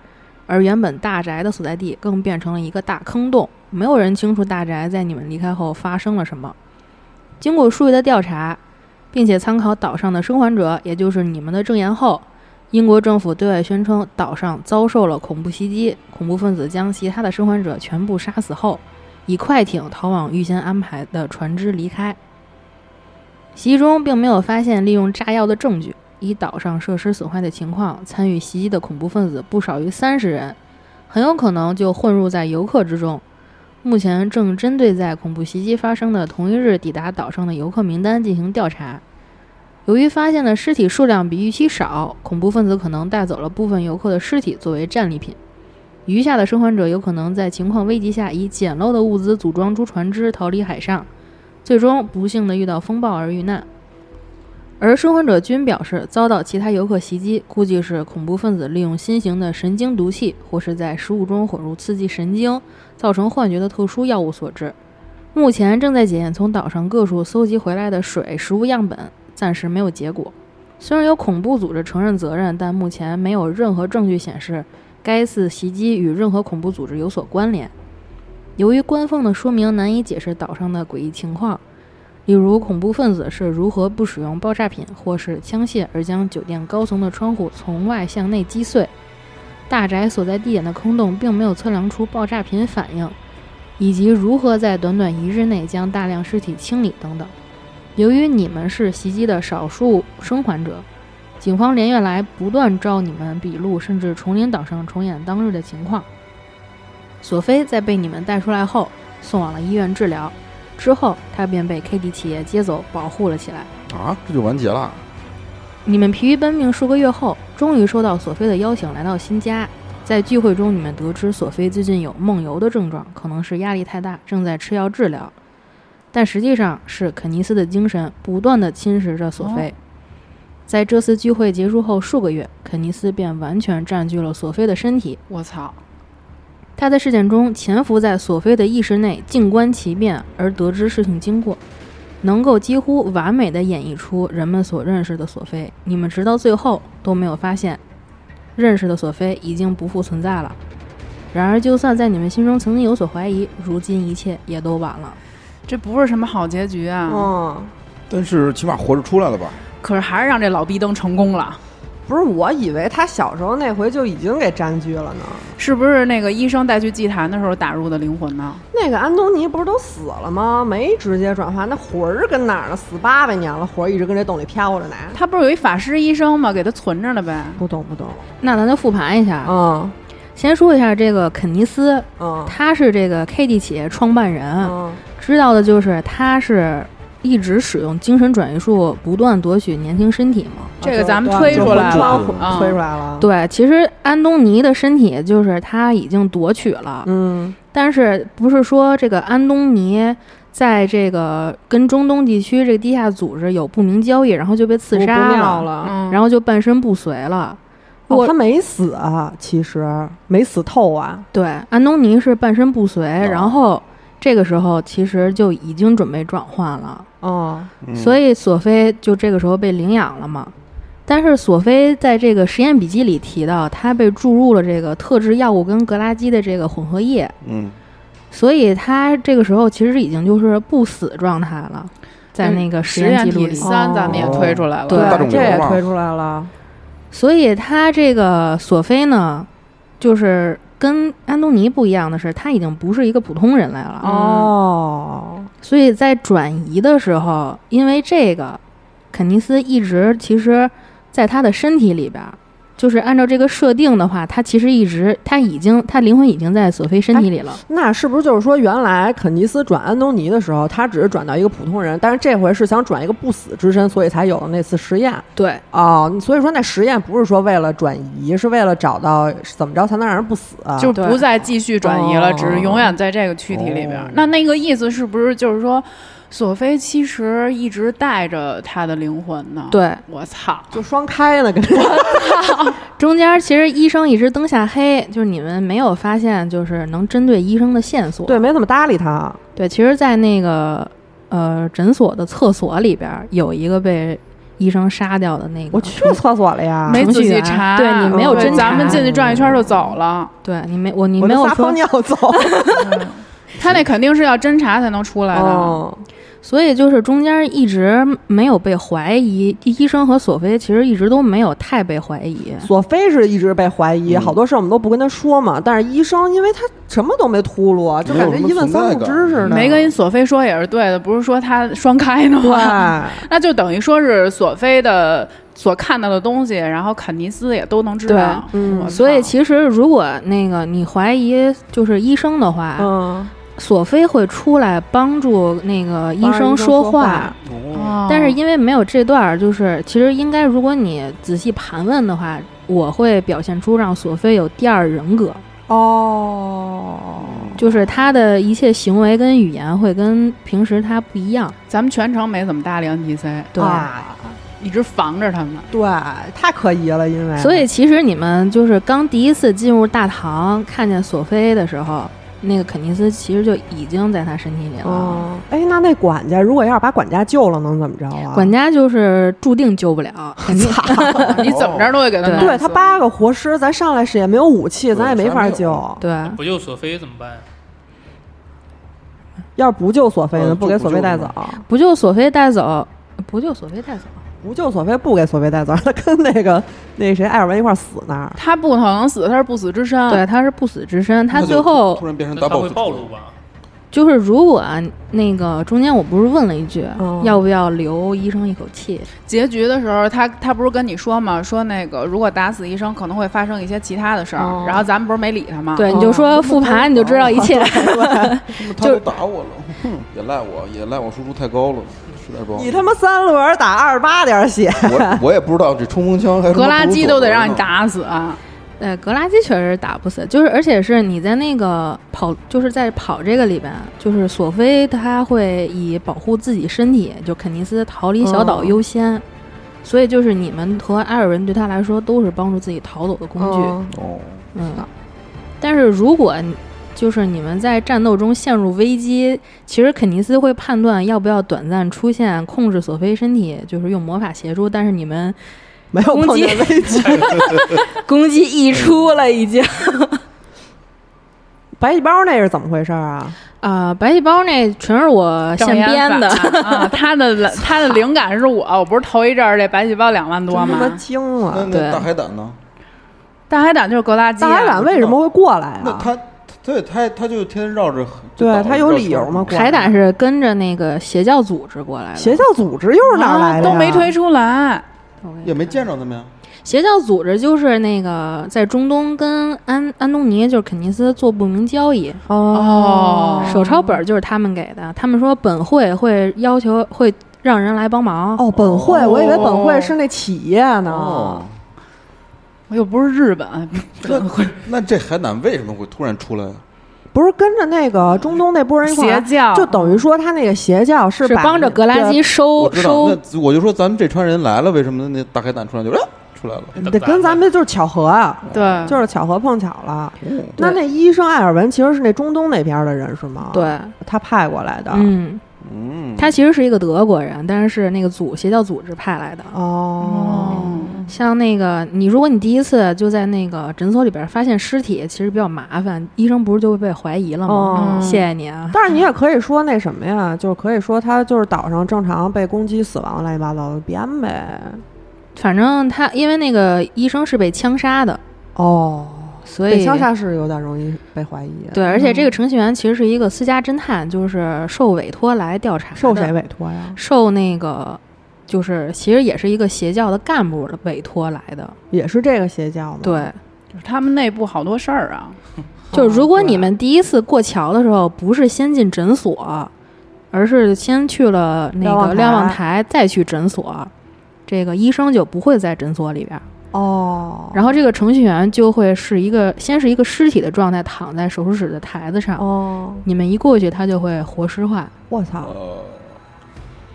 [SPEAKER 1] 而原本大宅的所在地更变成了一个大坑洞，没有人清楚大宅在你们离开后发生了什么。经过疏于的调查，并且参考岛上的生还者，也就是你们的证言后，英国政府对外宣称岛上遭受了恐怖袭击，恐怖分子将其他的生还者全部杀死后，以快艇逃往预先安排的船只离开。袭击中并没有发现利用炸药的证据。以岛上设施损坏的情况，参与袭击的恐怖分子不少于三十人，很有可能就混入在游客之中。目前正针对在恐怖袭击发生的同一日抵达岛上的游客名单进行调查。由于发现的尸体数量比预期少，恐怖分子可能带走了部分游客的尸体作为战利品。余下的生还者有可能在情况危急下以简陋的物资组装出船只逃离海上，最终不幸地遇到风暴而遇难。而生还者均表示遭到其他游客袭击，估计是恐怖分子利用新型的神经毒气或是在食物中混入刺激神经，造成幻觉的特殊药物所致。目前正在检验从岛上各处搜集回来的水、食物样本，暂时没有结果。虽然有恐怖组织承认责任，但目前没有任何证据显示该次袭击与任何恐怖组织有所关联。由于官方的说明难以解释岛上的诡异情况，例如，恐怖分子是如何不使用爆炸品或是枪械，而将酒店高层的窗户从外向内击碎。大宅所在地点的空洞并没有测量出爆炸品反应，以及如何在短短一日内将大量尸体清理等等。由于你们是袭击的少数生还者，警方连月来不断召你们笔录，甚至重临岛上重演当日的情况。索菲在被你们带出来后，送往了医院治疗。之后，他便被 K D 企业接走，保护了起来。
[SPEAKER 5] 啊，这就完结了。
[SPEAKER 1] 你们疲于奔命数个月后，终于收到索菲的邀请，来到新家。在聚会中，你们得知索菲最近有梦游的症状，可能是压力太大，正在吃药治疗。但实际上是肯尼斯的精神不断的侵蚀着索菲。在这次聚会结束后数个月，肯尼斯便完全占据了索菲的身体，
[SPEAKER 2] 我操，
[SPEAKER 1] 他在事件中潜伏在索菲的意识内，静观其变，而得知事情经过，能够几乎完美的演绎出人们所认识的索菲。你们直到最后都没有发现，认识的索菲已经不复存在了。然而，就算在你们心中曾经有所怀疑，如今一切也都晚了。
[SPEAKER 2] 这不是什么好结局啊！
[SPEAKER 3] 嗯，
[SPEAKER 5] 但是起码活着出来了吧？
[SPEAKER 2] 可是还是让这老逼灯成功了，
[SPEAKER 3] 不是，我以为他小时候那回就已经给占据了呢。
[SPEAKER 2] 是不是？那个医生带去祭坛的时候打入的灵魂呢？
[SPEAKER 3] 那个安东尼不是都死了吗？没直接转化，那魂儿跟哪儿呢？死八百年了，魂儿一直跟这洞里飘着呢。
[SPEAKER 2] 他不是有一法师医生吗？给他存着呢呗。
[SPEAKER 3] 不懂不懂。
[SPEAKER 1] 那咱就复盘一下，
[SPEAKER 3] 嗯
[SPEAKER 1] 先说一下这个肯尼斯，
[SPEAKER 3] 嗯
[SPEAKER 1] 他是这个 KD 企业创办人，
[SPEAKER 3] 嗯
[SPEAKER 1] 知道的就是他是一直使用精神转移术，不断夺取年轻身体嘛。
[SPEAKER 2] 这个咱们推出来
[SPEAKER 5] 了
[SPEAKER 3] 就魂
[SPEAKER 2] 嗯
[SPEAKER 3] 穿推出来了。，
[SPEAKER 1] 对，其实安东尼的身体就是他已经夺取了，
[SPEAKER 3] 嗯
[SPEAKER 1] 但是不是说这个安东尼在这个跟中东地区这个地下组织有不明交易，然后就被刺
[SPEAKER 3] 不
[SPEAKER 1] 杀
[SPEAKER 3] 不
[SPEAKER 1] 了，
[SPEAKER 3] 妙了。
[SPEAKER 2] 嗯，
[SPEAKER 1] 然后就半身不遂了。如
[SPEAKER 3] 哦，
[SPEAKER 1] 果
[SPEAKER 3] 他没死啊，其实没死透啊。
[SPEAKER 1] 对，安东尼是半身不遂，然后这个时候其实就已经准备转换了。
[SPEAKER 3] 哦，
[SPEAKER 5] 嗯、
[SPEAKER 1] 所以索菲就这个时候被领养了嘛。但是索菲在这个实验笔记里提到，她被注入了这个特制药物跟格拉基的这个混合液，
[SPEAKER 5] 嗯，
[SPEAKER 1] 所以她这个时候其实已经就是不死状态了，在那个
[SPEAKER 2] 实
[SPEAKER 1] 实验
[SPEAKER 2] 验
[SPEAKER 1] 记录
[SPEAKER 2] 体
[SPEAKER 1] 里。哦
[SPEAKER 2] 三咱们也推出来了，
[SPEAKER 1] 对大
[SPEAKER 5] 众流
[SPEAKER 3] 这也
[SPEAKER 5] 嘛
[SPEAKER 3] 推出来了。
[SPEAKER 1] 所以她这个索菲呢，就是跟安东尼不一样的是，她已经不是一个普通人来了。
[SPEAKER 2] 嗯
[SPEAKER 3] 哦，
[SPEAKER 1] 所以在转移的时候，因为这个，肯尼斯一直其实在他的身体里边儿，就是按照这个设定的话，他其实一直他已经他灵魂已经在索菲身体里了。
[SPEAKER 3] 那是不是就是说，原来肯尼斯转安东尼的时候，他只是转到一个普通人，但是这回是想转一个不死之身，所以才有了那次实验。
[SPEAKER 1] 对
[SPEAKER 3] 哦，所以说那实验不是说为了转移，是为了找到怎么着才能让人不死、啊。
[SPEAKER 2] 就
[SPEAKER 1] 对
[SPEAKER 2] 不再继续转移了，
[SPEAKER 3] 哦
[SPEAKER 2] 只是永远在这个躯体里边
[SPEAKER 5] 哦
[SPEAKER 2] 儿。那那个意思是不是就是说，索菲其实一直带着他的灵魂呢？，
[SPEAKER 1] 对，啊
[SPEAKER 2] 我操，
[SPEAKER 3] 就双开呢，跟这
[SPEAKER 1] 中间其实医生一直灯下黑，就是你们没有发现就是能针对医生的线索。
[SPEAKER 3] 对没怎么搭理他。
[SPEAKER 1] 对，其实，在那个呃诊所的厕所里边儿有一个被。医生杀掉的那个程。
[SPEAKER 3] 我去厕所了呀，
[SPEAKER 2] 没
[SPEAKER 1] 程
[SPEAKER 2] 仔
[SPEAKER 1] 序
[SPEAKER 2] 细
[SPEAKER 1] 员
[SPEAKER 2] 查，
[SPEAKER 1] 对你没有
[SPEAKER 2] 对
[SPEAKER 1] 侦
[SPEAKER 2] 咱们
[SPEAKER 1] 查嗯
[SPEAKER 2] 进去转一圈就走了。
[SPEAKER 1] 对你没我你
[SPEAKER 3] 我
[SPEAKER 1] 没
[SPEAKER 3] 就
[SPEAKER 1] 有
[SPEAKER 3] 撒泡
[SPEAKER 1] 说，
[SPEAKER 3] 尿走。
[SPEAKER 2] 他那肯定是要侦查才能出来的。
[SPEAKER 3] 哦，
[SPEAKER 1] 所以就是中间一直没有被怀疑，医生和索菲其实一直都没有太被怀疑。
[SPEAKER 3] 索菲是一直被怀疑，
[SPEAKER 5] 嗯
[SPEAKER 3] 好多事我们都不跟他说嘛。但是医生，因为他什么都没秃噜，啊就
[SPEAKER 5] 没有
[SPEAKER 3] 感觉
[SPEAKER 5] 什么
[SPEAKER 3] 一问三不
[SPEAKER 5] 存在
[SPEAKER 3] 知
[SPEAKER 5] 感
[SPEAKER 3] 似的。
[SPEAKER 2] 没跟索菲说也是对的，不是说他双开的吗？
[SPEAKER 3] 对，
[SPEAKER 2] 那就等于说是索菲的所看到的东西，然后肯尼斯也都能知道。
[SPEAKER 3] 对嗯
[SPEAKER 2] 我操
[SPEAKER 1] 所以其实如果那个你怀疑就是医生的话，
[SPEAKER 3] 嗯，
[SPEAKER 1] 索菲会出来帮助那个医
[SPEAKER 3] 帮医
[SPEAKER 1] 生
[SPEAKER 3] 生说
[SPEAKER 1] 说
[SPEAKER 3] 话
[SPEAKER 5] 哦，
[SPEAKER 2] 哦
[SPEAKER 1] 但是因为没有这段儿，就是其实应该，如果你仔细盘问的话，我会表现出让索菲有第二人格，
[SPEAKER 3] 哦，
[SPEAKER 1] 就是她的一切行为跟语言会跟平时她不一
[SPEAKER 3] 哦
[SPEAKER 1] 样。
[SPEAKER 2] 咱们全程没怎么搭理 NPC，
[SPEAKER 1] 对，
[SPEAKER 3] 啊
[SPEAKER 2] 一直防着他们。
[SPEAKER 3] 对，太可疑了，因为
[SPEAKER 1] 所以其实你们就是刚第一次进入大堂看见索菲的时候，那个肯尼斯其实就已经在她身体里了。
[SPEAKER 3] 哦，哎，那那管家如果要是把管家救了，能怎么着啊？
[SPEAKER 1] 管家就是注定救不 了，肯定
[SPEAKER 2] 你怎么 着都得给他弄死。
[SPEAKER 3] 哦对他八个活尸，咱上来是也没有武器，咱也没法救。
[SPEAKER 1] 对。
[SPEAKER 4] 不救索菲怎么办？
[SPEAKER 3] 要是不救索菲呢？
[SPEAKER 5] 嗯
[SPEAKER 3] 不给
[SPEAKER 5] 就不
[SPEAKER 3] 索菲
[SPEAKER 5] 救
[SPEAKER 3] 带
[SPEAKER 5] 了
[SPEAKER 3] 走，
[SPEAKER 1] 不救索菲带走，不救索菲带走，
[SPEAKER 3] 不救索菲，不给索菲带走， 他跟那个那谁艾尔文一块儿死那儿。
[SPEAKER 2] 他不可能死，他是不死之身。
[SPEAKER 3] 嗯
[SPEAKER 1] 对，他是不死之身，他
[SPEAKER 5] 那就
[SPEAKER 1] 最后
[SPEAKER 5] 突然变成
[SPEAKER 4] 那
[SPEAKER 5] 大
[SPEAKER 4] 他会
[SPEAKER 5] boss，
[SPEAKER 4] 暴露吧？
[SPEAKER 1] 就是如果啊那个中间我不是问了一句，
[SPEAKER 3] 嗯
[SPEAKER 1] 要不要留医生一口气？
[SPEAKER 2] 结局的时候，他他不是跟你说吗？说那个如果打死医生，可能会发生一些其他的事儿。
[SPEAKER 3] 哦
[SPEAKER 2] 然后咱们不是没理他吗？
[SPEAKER 1] 对，你就说复盘，你就知道一 切。
[SPEAKER 5] 他都打我了，哼，也赖我，也赖我输出太高了，实在不好
[SPEAKER 3] 你。他妈三轮打二十八点血，
[SPEAKER 5] 我我也不知道这冲锋枪还是
[SPEAKER 2] 格拉基都得让你。打死啊！
[SPEAKER 1] 对，呃格拉基确实打不死，就是而且是你在那个跑，就是在跑这个里边，就是索菲他会以保护自己身体，就肯尼斯逃离小岛
[SPEAKER 3] 哦
[SPEAKER 1] 优先，所以就是你们和艾尔文对他来说都是帮助自己逃走的工具。
[SPEAKER 3] 嗯
[SPEAKER 5] 哦，
[SPEAKER 1] 嗯，但是如果你就是你们在战斗中陷入危机，其实肯尼斯会判断要不要短暂出现控制索菲身体，就是用魔法协助。但是你们
[SPEAKER 3] 没有碰
[SPEAKER 1] 攻击
[SPEAKER 3] 见危机，
[SPEAKER 1] 攻击溢出了，已经。
[SPEAKER 3] 白细胞那是怎么回事啊？
[SPEAKER 1] 啊、白细胞那全是我现
[SPEAKER 2] 赵岩
[SPEAKER 1] 编 的，
[SPEAKER 2] 法啊， 他的 他的灵感是我，我不是头一阵儿这白细胞两万
[SPEAKER 3] 真
[SPEAKER 2] 多
[SPEAKER 3] 他妈
[SPEAKER 2] 吗？
[SPEAKER 3] 惊
[SPEAKER 5] 那
[SPEAKER 3] 了！
[SPEAKER 1] 对
[SPEAKER 5] 那大海胆呢？
[SPEAKER 2] 大海胆就是格拉基、啊，
[SPEAKER 3] 大海胆为什么会过来
[SPEAKER 5] 那
[SPEAKER 3] 啊？
[SPEAKER 5] 他对他他就天天绕着，就
[SPEAKER 3] 对
[SPEAKER 5] 倒
[SPEAKER 3] 他有
[SPEAKER 5] 绕
[SPEAKER 3] 理由吗管
[SPEAKER 5] 圈儿
[SPEAKER 1] 海胆是跟着那个邪教组织过来的。
[SPEAKER 3] 邪教组织又是哪儿来的呀？
[SPEAKER 2] 啊都没推出来。
[SPEAKER 1] 我跟你
[SPEAKER 5] 也没
[SPEAKER 1] 说
[SPEAKER 5] 见着他们 呀。
[SPEAKER 1] 邪教组织就是那个在中东跟安安东尼就是肯尼斯做不明交易，
[SPEAKER 2] 哦
[SPEAKER 1] 手抄本儿就是他们给的。他们说本会会要求会让人来帮忙。
[SPEAKER 3] 哦，本会，
[SPEAKER 2] 哦
[SPEAKER 3] 我以为本会是那企业呢。，
[SPEAKER 2] 又不是日本，
[SPEAKER 5] 那那这海胆为什么会突然出来？啊
[SPEAKER 3] 不是跟着那个中东那波人一块儿
[SPEAKER 2] 邪教
[SPEAKER 3] 就等于说他那个邪教是
[SPEAKER 1] 是
[SPEAKER 3] 把
[SPEAKER 1] 帮着格拉基
[SPEAKER 5] 我
[SPEAKER 1] 收
[SPEAKER 5] 知道，
[SPEAKER 1] 收，
[SPEAKER 5] 那我就说咱们这船人来了，为什么那大海胆出来就哎出来了？
[SPEAKER 3] 对，得跟嗯咱们就是巧合啊，
[SPEAKER 2] 对，
[SPEAKER 3] 就是巧合碰巧了。
[SPEAKER 5] 哦
[SPEAKER 3] 那那医生艾尔文其实是那中东那啊边的人是吗？，
[SPEAKER 1] 对，
[SPEAKER 3] 他派过来的。
[SPEAKER 1] 嗯，
[SPEAKER 5] 嗯，
[SPEAKER 1] 他其实是一个德国人，但是是那个组邪教组织派来的。
[SPEAKER 3] 哦，
[SPEAKER 2] 哦，
[SPEAKER 1] 像那个你，如果你第一次就在那个诊所里边发现尸体，其实比较麻烦，医生不是就会被怀疑了吗？
[SPEAKER 3] 哦
[SPEAKER 1] 谢谢你 啊，
[SPEAKER 3] 但是你也可以说那什么呀，就是可以说他就是岛上正常被攻击死亡乱七八糟的编呗。
[SPEAKER 1] 反正他因为那个医生是被枪杀的，
[SPEAKER 3] 哦，
[SPEAKER 1] 所以
[SPEAKER 3] 被枪杀嗯是有点容易被怀疑。，
[SPEAKER 1] 对，而且这个程序员其实是一个私家侦探，就是受委托来调查的，
[SPEAKER 3] 受谁委托呀？
[SPEAKER 1] 受那个就是其实也是一个邪教的干部的委托来的。
[SPEAKER 3] 也是这个邪教吗？
[SPEAKER 1] 对，
[SPEAKER 2] 就是他们内部好多事儿啊。
[SPEAKER 1] 就如果你
[SPEAKER 3] 嗯对
[SPEAKER 1] 们第一次过桥的时候，不是先进诊所，而是先去了那
[SPEAKER 3] 瞭望
[SPEAKER 1] 个
[SPEAKER 3] 台
[SPEAKER 1] 瞭望台，再去诊所，这个医生就不会在诊所里边儿。
[SPEAKER 3] 哦，
[SPEAKER 1] 然后这个程序员就会是一个先是一个尸体的状态躺在手术室的台子上，
[SPEAKER 3] 哦，
[SPEAKER 1] 你们一过去他就会活尸化。
[SPEAKER 3] 我操！
[SPEAKER 5] 呃，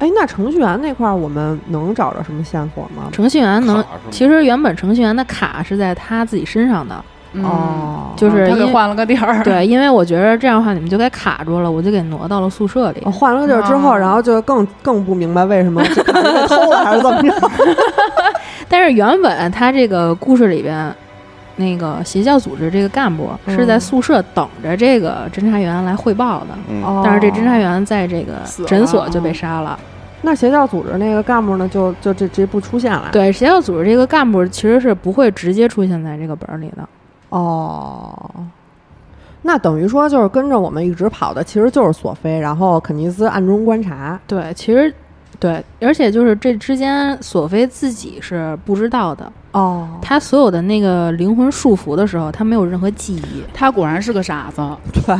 [SPEAKER 3] 哎，那程序员那块儿我们能找着什么线索吗？
[SPEAKER 1] 程序员能
[SPEAKER 5] 卡是吗，
[SPEAKER 1] 其实原本程序员的卡是在他自己身上的，
[SPEAKER 2] 嗯，
[SPEAKER 3] 哦，
[SPEAKER 1] 就是
[SPEAKER 2] 他给
[SPEAKER 1] 因
[SPEAKER 2] 换了个地儿，，
[SPEAKER 1] 对，因为我觉得这样的话你们就给卡住了，我就给挪到了宿舍里
[SPEAKER 3] 我。换了个地儿之
[SPEAKER 1] 嗯
[SPEAKER 3] 后，
[SPEAKER 2] 哦
[SPEAKER 3] 然后就更更不明白为什么 就感觉被偷了还是怎么着。
[SPEAKER 1] 但是原本他这个故事里边，那个邪教组织这个干部
[SPEAKER 3] 嗯
[SPEAKER 1] 是在宿舍等着这个侦查员来汇报的，
[SPEAKER 5] 嗯，
[SPEAKER 3] 哦
[SPEAKER 1] 但是这侦查员在这个
[SPEAKER 2] 死了
[SPEAKER 1] 诊所就被杀了。
[SPEAKER 3] 那邪教组织那个干部呢，就就这这不出现了。，
[SPEAKER 1] 对，邪教组织这个干部其实是不会直接出现在这个本儿里的。
[SPEAKER 3] 哦，那等于说就是跟着我们一直跑的，其实就是索菲，然后肯尼斯暗中观察。
[SPEAKER 1] 对，其实对，而且就是这之间，索菲自己是不知道的，
[SPEAKER 3] 哦，
[SPEAKER 1] 他所有的那个灵魂束缚的时候，他没有任何记忆。
[SPEAKER 2] 他果然是个傻子，
[SPEAKER 3] 对，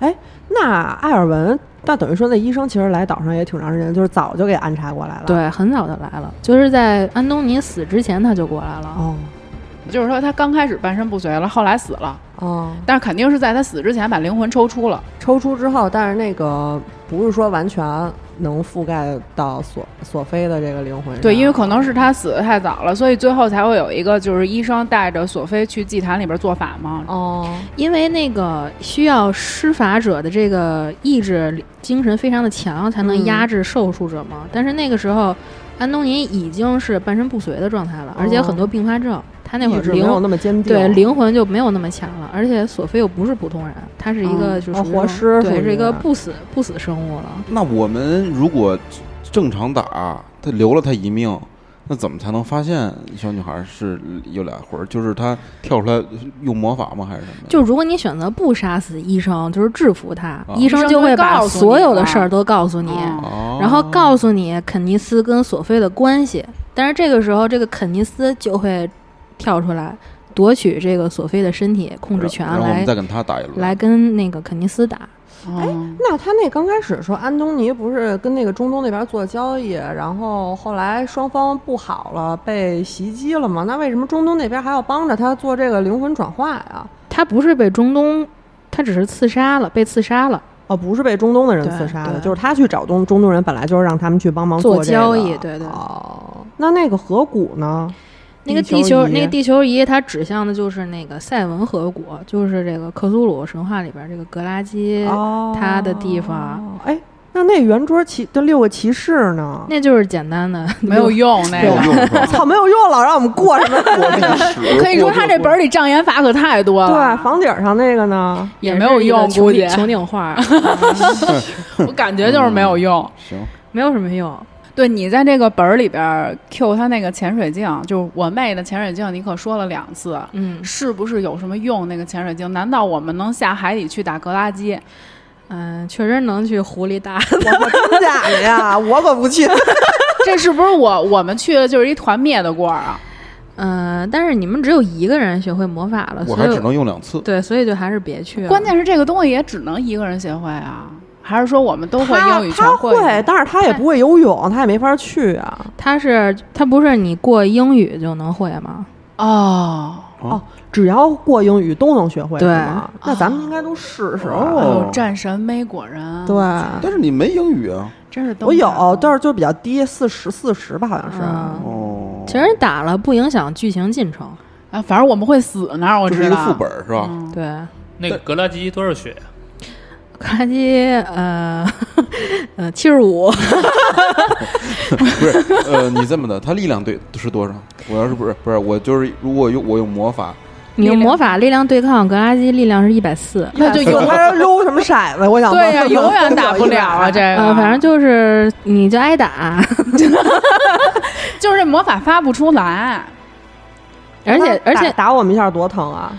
[SPEAKER 3] 哎，那艾尔文，那等于说那医生其实来岛上也挺长时间，就是早就给安插过来了。，
[SPEAKER 1] 对，很早就来了，就是在安东尼死之前他就过来了。
[SPEAKER 3] 哦
[SPEAKER 2] 就是说他刚开始半身不遂了，后来死了，
[SPEAKER 3] 哦，
[SPEAKER 2] 但是肯定是在他死之前把灵魂抽出了，
[SPEAKER 3] 抽出之后，但是那个不是说完全能覆盖到索索菲的这个灵魂上。
[SPEAKER 2] 对，因为可能是他死的太早了，所以最后才会有一个就是医生带着索菲去祭坛里边做法嘛，
[SPEAKER 3] 哦
[SPEAKER 1] 因为那个需要施法者的这个意志精神非常的强，才能
[SPEAKER 3] 嗯
[SPEAKER 1] 压制受术者嘛。但是那个时候，安东尼已经是半身不遂的状态了，而且有很多并发症。他那会
[SPEAKER 3] 意
[SPEAKER 1] 儿
[SPEAKER 3] 志哦没
[SPEAKER 1] 灵
[SPEAKER 3] 有那么坚定。
[SPEAKER 1] 对灵魂就没有那么强了，而且索菲又不是普通人，他是一个
[SPEAKER 3] 嗯
[SPEAKER 1] 就
[SPEAKER 3] 哦
[SPEAKER 1] 是、
[SPEAKER 3] 活尸属
[SPEAKER 1] 对，
[SPEAKER 3] 于
[SPEAKER 1] 是一个
[SPEAKER 3] 是
[SPEAKER 1] 不死不死生物了。
[SPEAKER 5] 那我们如果正常打，他留了他一命，那怎么才能发现小女孩是有俩魂儿？就是她跳出来用魔法吗？还是什么？
[SPEAKER 1] 就如果你选择不杀死医生，就是制服他，
[SPEAKER 5] 哦
[SPEAKER 1] 医生就会把所有的事儿都告诉你，
[SPEAKER 2] 哦
[SPEAKER 5] 哦，
[SPEAKER 1] 然后告诉你肯尼斯跟索菲的关系。但是这个时候，这个肯尼斯就会跳出来夺取这个索菲的身体控制权
[SPEAKER 5] 然后我
[SPEAKER 1] 来
[SPEAKER 5] 们再跟他打一轮。
[SPEAKER 1] 来跟那个肯尼斯打。
[SPEAKER 2] 哎，
[SPEAKER 3] 那他那刚开始说，安东尼不是跟那个中东那边做交易，然后后来双方不好了，被袭击了嘛？那为什么中东那边还要帮着他做这个灵魂转化呀？
[SPEAKER 1] 他不是被中东，他只是刺杀了，被刺杀了
[SPEAKER 3] 哦，不是被中东的人
[SPEAKER 1] 对
[SPEAKER 3] 刺杀的，
[SPEAKER 1] 对
[SPEAKER 3] 就是他去找东中东人，本来就是让他们去帮忙
[SPEAKER 1] 做
[SPEAKER 3] 这个
[SPEAKER 1] 交易。对对，
[SPEAKER 3] 哦，那那个河谷呢？
[SPEAKER 1] 那个地球，
[SPEAKER 3] 仪
[SPEAKER 1] 那个地球仪，它指向的就是那个塞文河谷，就是这个克苏鲁神话里边这个格拉基。
[SPEAKER 3] 哦，
[SPEAKER 1] 他的地方。
[SPEAKER 3] 哎，那那圆桌骑的六个骑士呢？
[SPEAKER 1] 那就是简单的，
[SPEAKER 2] 没有用那
[SPEAKER 5] 没有
[SPEAKER 2] 个。
[SPEAKER 5] 用是 吧？
[SPEAKER 3] 操，没有用了，让我们过 什么？
[SPEAKER 5] 过历史
[SPEAKER 2] 可以说他这本儿里障眼法可太多了，
[SPEAKER 1] 啊
[SPEAKER 3] 对，房顶上那个呢？
[SPEAKER 2] 啊也
[SPEAKER 1] 是
[SPEAKER 2] 没有
[SPEAKER 1] 一个
[SPEAKER 2] 用，
[SPEAKER 1] 穹
[SPEAKER 2] 估计
[SPEAKER 1] 顶穹顶画
[SPEAKER 2] 我 感觉就是没有用。
[SPEAKER 5] 行，
[SPEAKER 1] 没有什么用。
[SPEAKER 2] 对你在这个本儿里边儿 Q 他那个潜水镜，就是我妹的潜水镜，你可说了两次，
[SPEAKER 1] 嗯
[SPEAKER 2] 是不是有什么用？那个潜水镜，难道我们能下海底去打格拉基？
[SPEAKER 1] 嗯，确实能去湖里打。
[SPEAKER 3] 我说真假的呀？我可不去。
[SPEAKER 2] 这是不是我我们去的就是一团灭的锅儿啊？
[SPEAKER 1] 嗯，但是你们只有一个人学会魔法了，所
[SPEAKER 5] 我还只
[SPEAKER 1] 以
[SPEAKER 5] 能用两 次。
[SPEAKER 1] 对，所以就还是别去了。
[SPEAKER 2] 关键是这个东西也只能一个人学会啊，还是说我们都会
[SPEAKER 3] 他
[SPEAKER 2] 英语
[SPEAKER 3] 他
[SPEAKER 2] 全
[SPEAKER 3] 会，但是他也不会游泳，他也没法去啊。
[SPEAKER 1] 它是它不是你过英语就能会吗？
[SPEAKER 2] 哦，
[SPEAKER 5] 哦
[SPEAKER 3] 只要过英语都能学会，
[SPEAKER 1] 对
[SPEAKER 3] 是吗？那咱们应该都试试。啊
[SPEAKER 5] 哦
[SPEAKER 2] 有战神没果然，
[SPEAKER 3] 对，，
[SPEAKER 5] 但是你没英语啊。
[SPEAKER 2] 真是
[SPEAKER 3] 我有，但
[SPEAKER 2] 是
[SPEAKER 3] 是就比较低，四十四十吧，好像是。
[SPEAKER 1] 嗯
[SPEAKER 5] 哦，
[SPEAKER 1] 其实打了不影响剧情进程。
[SPEAKER 2] 啊，反正我们会死那儿，我
[SPEAKER 5] 就是
[SPEAKER 2] 知
[SPEAKER 5] 一
[SPEAKER 2] 道
[SPEAKER 5] 个副本儿是吧？
[SPEAKER 2] 嗯
[SPEAKER 1] 对，
[SPEAKER 4] 那个格拉基多少血？
[SPEAKER 1] 卡拉基呃 呃七十五，
[SPEAKER 5] 不是，呃，你这么的，他力量对是多少？我要是不是不是，我就是如果用我用魔法，
[SPEAKER 1] 你用
[SPEAKER 2] 力量
[SPEAKER 1] 魔法力量对抗格拉基，力量是一百四。
[SPEAKER 2] 那就
[SPEAKER 3] 有
[SPEAKER 2] 永
[SPEAKER 3] 他揉什么骰子？我想问
[SPEAKER 2] 对呀、永远打不了啊！这个，
[SPEAKER 1] 呃，反正就是你就挨打，
[SPEAKER 2] 就是魔法发不出来，
[SPEAKER 1] 而且而且
[SPEAKER 3] 打打我们一下多疼啊！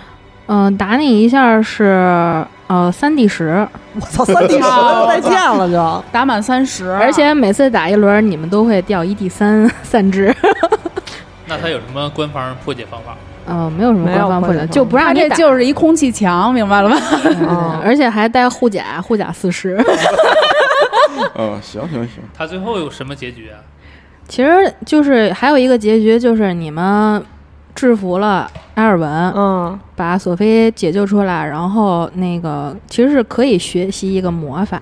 [SPEAKER 1] 嗯、打你一下是呃三 D 十，
[SPEAKER 3] 我操，三 D 十
[SPEAKER 2] 啊
[SPEAKER 3] 再见 了就。
[SPEAKER 2] 打满三十，
[SPEAKER 1] 而且每次打一轮你们都会掉一 D 三 散值，
[SPEAKER 4] 那他有什么官方破解方法？
[SPEAKER 1] 呃，没有什么
[SPEAKER 3] 没有
[SPEAKER 1] 官方破
[SPEAKER 3] 或
[SPEAKER 1] 解，
[SPEAKER 3] 者
[SPEAKER 1] 就不
[SPEAKER 2] 他
[SPEAKER 1] 让你
[SPEAKER 2] 这
[SPEAKER 1] 打，
[SPEAKER 2] 就是一空气墙，明白了吧？
[SPEAKER 1] 对对对
[SPEAKER 3] 哦
[SPEAKER 1] 而且还带护甲，护甲四十。
[SPEAKER 5] 呃，行行行，
[SPEAKER 4] 他最后有什么结局啊？
[SPEAKER 1] 其实就是还有一个结局，就是你们制服了埃尔文，
[SPEAKER 3] 嗯，
[SPEAKER 1] 把索菲解救出来，然后那个其实是可以学习一个魔法，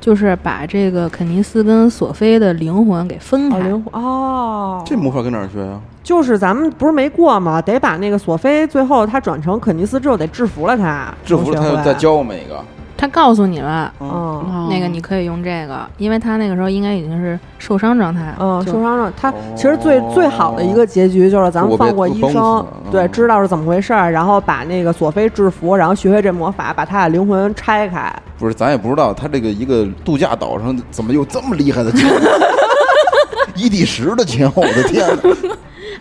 [SPEAKER 1] 就是把这个肯尼斯跟索菲的灵魂给分
[SPEAKER 3] 哦，
[SPEAKER 1] 开。
[SPEAKER 3] 灵魂哦，
[SPEAKER 5] 这魔法跟哪儿学呀？
[SPEAKER 3] 就是咱们不是没过吗？得把那个索菲最后他转成肯尼斯之后得制服了他，
[SPEAKER 5] 制服了他
[SPEAKER 3] 同
[SPEAKER 5] 就
[SPEAKER 3] 学会
[SPEAKER 5] 再教我们一个。
[SPEAKER 1] 他告诉你了，
[SPEAKER 5] 嗯，
[SPEAKER 3] 嗯
[SPEAKER 2] 哦
[SPEAKER 1] 那个你可以用这个，因为他那个时候应该已经是受伤状态，
[SPEAKER 3] 嗯，
[SPEAKER 1] 就
[SPEAKER 3] 受伤了。他其实最
[SPEAKER 5] 哦
[SPEAKER 3] 最好的一个结局就是咱们
[SPEAKER 5] 我被
[SPEAKER 3] 放过医
[SPEAKER 5] 我崩
[SPEAKER 3] 生
[SPEAKER 5] 死了，
[SPEAKER 3] 对，
[SPEAKER 5] 嗯
[SPEAKER 3] 知道是怎么回事儿，然后把那个索菲制服，然后学会这魔法，把他的灵魂拆开。
[SPEAKER 5] 不是，咱也不知道他这个一个度假岛上怎么有这么厉害的枪， 一比十的枪，我的天哪！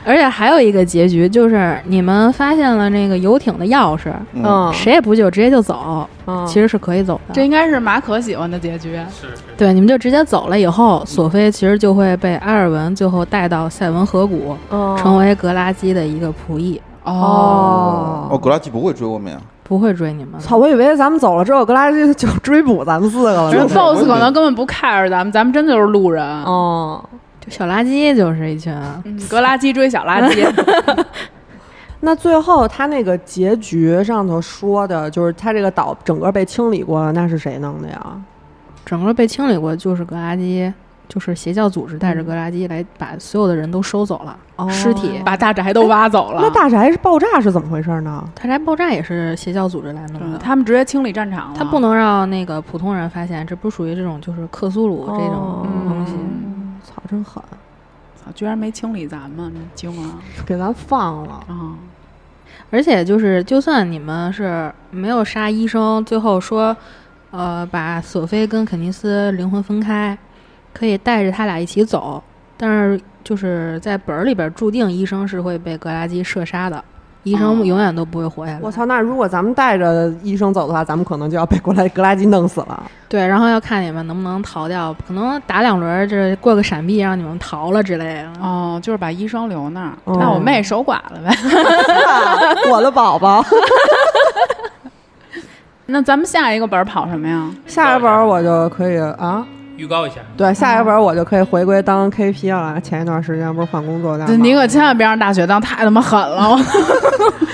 [SPEAKER 1] 而且还有一个结局就是你们发现了那个游艇的钥匙，
[SPEAKER 3] 嗯，
[SPEAKER 1] 谁也不救，直接就走，
[SPEAKER 3] 嗯，
[SPEAKER 1] 其实是可以走的。
[SPEAKER 2] 这应该是马可喜欢的结局。
[SPEAKER 4] 是是，
[SPEAKER 1] 对，你们就直接走了以后，索菲其实就会被埃尔文最后带到塞文河谷，
[SPEAKER 3] 嗯
[SPEAKER 1] 成为格拉基的一个仆役，
[SPEAKER 5] 哦，
[SPEAKER 2] 嗯
[SPEAKER 3] 哦。
[SPEAKER 5] 格拉基不会追我们呀？
[SPEAKER 1] 不会追你们了。
[SPEAKER 3] 操！我以为咱们走了之后，格拉基就追捕咱们四个了
[SPEAKER 2] 而
[SPEAKER 3] 呢。
[SPEAKER 2] 且
[SPEAKER 5] 就
[SPEAKER 2] BOSS 可能根本不 care 咱们，咱们真就是路人。
[SPEAKER 3] 哦，
[SPEAKER 1] 就小垃圾就是一群，
[SPEAKER 2] 嗯，格拉基追小垃 圾，
[SPEAKER 3] 那最后他那个结局上头说的就是他这个岛整个被清理过了，那是谁弄的呀？
[SPEAKER 1] 整个被清理过，就是格拉基，就是邪教组织带着格拉基来把所有的人都收走了，尸体。
[SPEAKER 2] 把大宅都挖走了。
[SPEAKER 3] 那大宅是爆炸是怎么回事呢？
[SPEAKER 1] 他宅爆炸也是邪教组织来弄
[SPEAKER 2] 嗯
[SPEAKER 1] 的，
[SPEAKER 2] 他们直接清理战场了。
[SPEAKER 1] 他不能让那个普通人发现，这不属于这种就是克苏鲁这
[SPEAKER 3] 哦
[SPEAKER 1] 种东西。
[SPEAKER 2] 嗯
[SPEAKER 3] 操，真狠，
[SPEAKER 2] 操居然没清理咱们，惊了
[SPEAKER 3] 给咱放了。
[SPEAKER 2] 啊！
[SPEAKER 1] 而且就是，就算你们是没有杀医生，最后说，呃，把索菲跟肯尼斯灵魂分开，可以带着他俩一起走，但是就是在本儿里边注定医生是会被格拉基射杀的，医
[SPEAKER 2] 哦
[SPEAKER 1] 生永远都不会活下来。
[SPEAKER 3] 我操！那如果咱们带着医生走的话，咱们可能就要被格拉格拉基弄死 了。
[SPEAKER 1] 对，然后要看你们能不能逃掉，可能打两轮儿，这过个闪避让你们逃了之类的。
[SPEAKER 2] 哦，就是把医生留那儿，
[SPEAKER 3] 哦
[SPEAKER 2] 那我妹守寡了呗。
[SPEAKER 3] 我的宝宝，
[SPEAKER 2] 那咱们下一个本儿跑什么呀？
[SPEAKER 3] 下一本儿我就可以啊，
[SPEAKER 4] 预告一下，
[SPEAKER 3] 对，下一本儿我就可以回归当 KP 了。前一段时间不是换工作，但
[SPEAKER 2] 你可千万别让大雪当太他妈狠了！我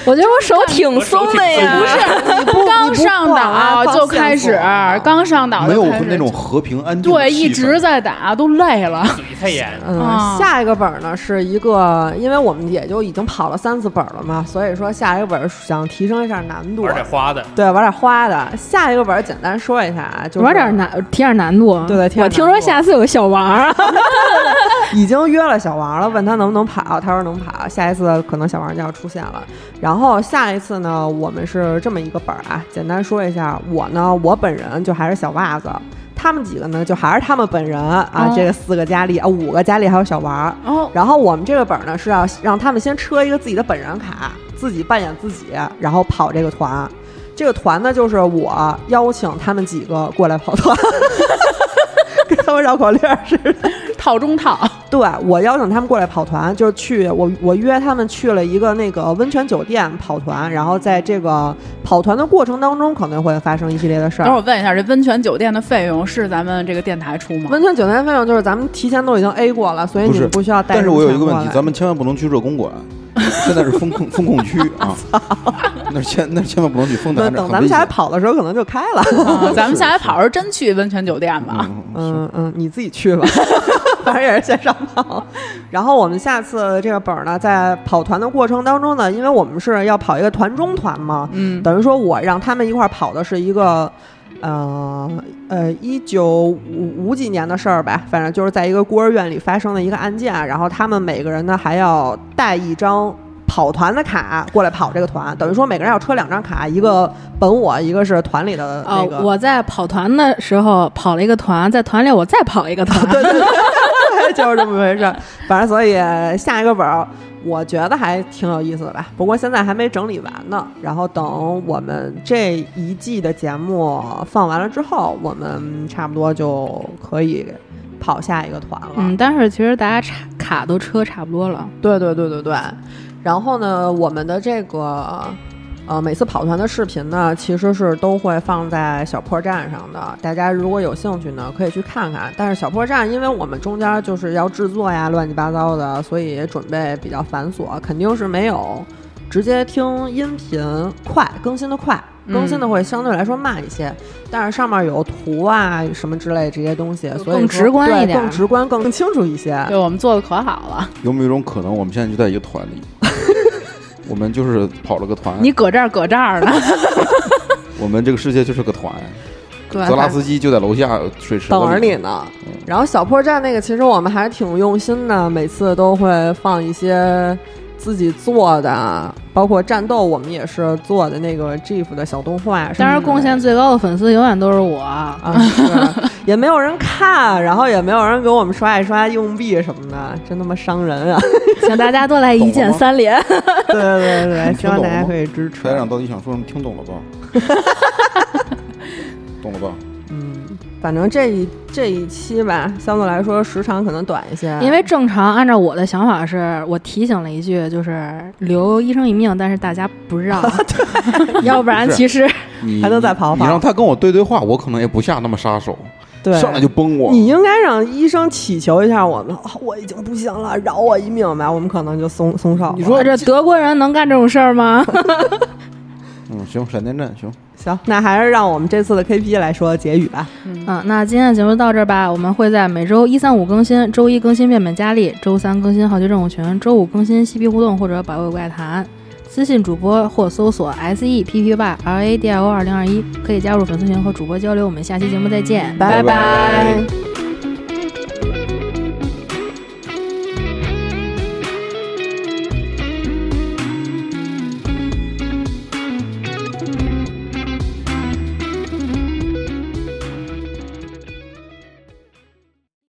[SPEAKER 1] 我觉得我手挺
[SPEAKER 4] 我手
[SPEAKER 1] 松
[SPEAKER 4] 挺
[SPEAKER 1] 的
[SPEAKER 4] 松
[SPEAKER 1] 呀，
[SPEAKER 4] 的
[SPEAKER 2] 刚上岛就开始，刚上岛
[SPEAKER 5] 没
[SPEAKER 2] 就
[SPEAKER 5] 有
[SPEAKER 2] 开始
[SPEAKER 5] 那种和平安静的
[SPEAKER 2] 对，
[SPEAKER 5] 气氛，
[SPEAKER 2] 一直在打，都累了。
[SPEAKER 4] 嘴太严，
[SPEAKER 3] 嗯
[SPEAKER 1] 哦
[SPEAKER 2] 啊，
[SPEAKER 3] 下一个本儿呢是一个，因为我们也就已经跑了三次本儿了嘛，所以说下一个本儿想提升一下难度
[SPEAKER 4] 玩，点花的，
[SPEAKER 3] 对，玩点花的。下一个本儿简单说一下啊，就是
[SPEAKER 1] 玩点，难，提点难度。啊
[SPEAKER 3] 对对提点
[SPEAKER 1] 我听说
[SPEAKER 3] 难度
[SPEAKER 1] 下次有个小王儿啊，
[SPEAKER 3] 已经约了小王了，问他能不能跑，他说能跑，下一次可能小王就要出现了。然后下一次呢，我们是这么一个本儿啊，简单说一下，我呢，我本人就还是小袜子。他们几个呢，就还是他们本人啊，
[SPEAKER 2] 哦
[SPEAKER 3] 这个四个佳丽啊，五个佳丽还有小王儿，
[SPEAKER 2] 哦，
[SPEAKER 3] 然后我们这个本儿呢是要让他们先车一个自己的本人卡，自己扮演自己，然后跑这个团。这个团呢，就是我邀请他们几个过来跑团， 跟他们绕口令儿似的。
[SPEAKER 2] 套中套，
[SPEAKER 3] 对我邀请他们过来跑团，就是去我我约他们去了一个那个温泉酒店跑团，然后在这个跑团的过程当中，可能会发生一系列的事
[SPEAKER 2] 等会
[SPEAKER 3] 儿。
[SPEAKER 2] 儿我问一下，这温泉酒店的费用是咱们这个电台出吗？
[SPEAKER 3] 温泉酒店费用就是咱们提前都已经 A 过了，所以
[SPEAKER 5] 不
[SPEAKER 3] 你
[SPEAKER 5] 是
[SPEAKER 3] 们不需要带
[SPEAKER 5] 但
[SPEAKER 3] 什
[SPEAKER 5] 是
[SPEAKER 3] 么
[SPEAKER 5] 我
[SPEAKER 3] 钱过来。
[SPEAKER 5] 有一个问题，咱们千万不能去热 公馆，现在是封控封控区啊，那千那千万不能去封
[SPEAKER 3] 对
[SPEAKER 5] 南，
[SPEAKER 3] 等咱们下来跑的时候，可能就开 了。
[SPEAKER 2] 啊咱们下来跑是真去温泉酒店吧？
[SPEAKER 3] 嗯嗯，你自己去吧，反正也是线上跑。然后我们下次这个本儿呢，在跑团的过程当中呢，因为我们是要跑一个团中团嘛，
[SPEAKER 2] 嗯，
[SPEAKER 3] 等于说我让他们一块儿跑的是一个。呃呃，一九五五几年的事儿吧，反正就是在一个孤儿院里发生的一个案件，然后他们每个人呢还要带一张跑团的卡过来跑这个团，等于说每个人要抽两张卡，一个本我，一个是团里的呃那个。
[SPEAKER 1] 哦我在跑团的时候跑了一个团，在团里我再跑一个团。对对
[SPEAKER 3] 就是这么回事。儿，反正所以下一个本儿，我觉得还挺有意思的吧。不过现在还没整理完呢。然后等我们这一季的节目放完了之后，我们差不多就可以跑下一个团了。
[SPEAKER 1] 嗯，但是其实大家差卡都车差不多了。
[SPEAKER 3] 对对对对对。然后呢，我们的这个呃每次跑团的视频呢，其实是都会放在小破站上的，大家如果有兴趣呢，可以去看看。但是小破站，因为我们中间就是要制作呀，乱七八糟的，所以准备比较繁琐，肯定是没有直接听音频快更新的快。
[SPEAKER 1] 嗯
[SPEAKER 3] 更新的会相对来说慢一些，但是上面有图啊什么之类这些东西，所以说
[SPEAKER 1] 更直观一
[SPEAKER 3] 对
[SPEAKER 1] 点嗯
[SPEAKER 3] 更直观、更清楚一些。
[SPEAKER 2] 对我们做的可好了，
[SPEAKER 5] 有没有一种可能，我们现在就在一个团 里，我们就是跑了个团，
[SPEAKER 2] 你搁这儿搁这儿的，
[SPEAKER 5] 我们这个世界就是个团。
[SPEAKER 3] 对啊
[SPEAKER 5] 泽拉斯基就在楼下水池子
[SPEAKER 3] 等着
[SPEAKER 5] 里
[SPEAKER 3] 你呢。然后小破站那个，其实我们还是挺用心的，每次都会放一些自己做的，包括战斗，我们也是做的那个 GIF 的小动画什么的。
[SPEAKER 1] 当然，贡献最高的粉丝永远都是我。
[SPEAKER 3] 啊，是也没有人看，然后也没有人给我们刷一刷硬币什么的，真他妈伤人啊！
[SPEAKER 1] 请大家都来一键三连。
[SPEAKER 3] 对对对对，希
[SPEAKER 5] 听懂
[SPEAKER 3] 望大
[SPEAKER 5] 了
[SPEAKER 3] 家
[SPEAKER 5] 吗哎
[SPEAKER 3] 可以支持
[SPEAKER 5] 台。长到底想说什么？听懂了吧？ 懂了吧？
[SPEAKER 3] 嗯， 反正这一这一期吧，相对来说时长可能短一些，
[SPEAKER 1] 因为正常按照我的想法是，我提醒了一句，就是留医生一命，但是大家不让，要不然
[SPEAKER 5] 是
[SPEAKER 1] 其实
[SPEAKER 5] 你
[SPEAKER 3] 还能再跑跑
[SPEAKER 5] 你让他跟我对对话，我可能也不下那么杀手，
[SPEAKER 3] 对
[SPEAKER 5] 上来就崩我。
[SPEAKER 3] 你应该让医生祈求一下我们， 啊我已经不行了，饶我一命吧，我们可能就松松手了。
[SPEAKER 5] 你说
[SPEAKER 1] 这德国人能干这种事儿吗？
[SPEAKER 5] 嗯，行，闪电战行，
[SPEAKER 3] 行，那还是让我们这次的 KP 来说结语吧。
[SPEAKER 1] 嗯，那今天的节目到这儿吧，我们会在每周一、三、五更新，周一更新变本加厉，周三更新好奇任务群，周五更新嬉皮互动或者百味怪谈。私信主播或搜索 S E P P Y L A D I O 二零二一，可以加入粉丝群和主播交流。我们下期节目再见，
[SPEAKER 5] 拜
[SPEAKER 2] 拜。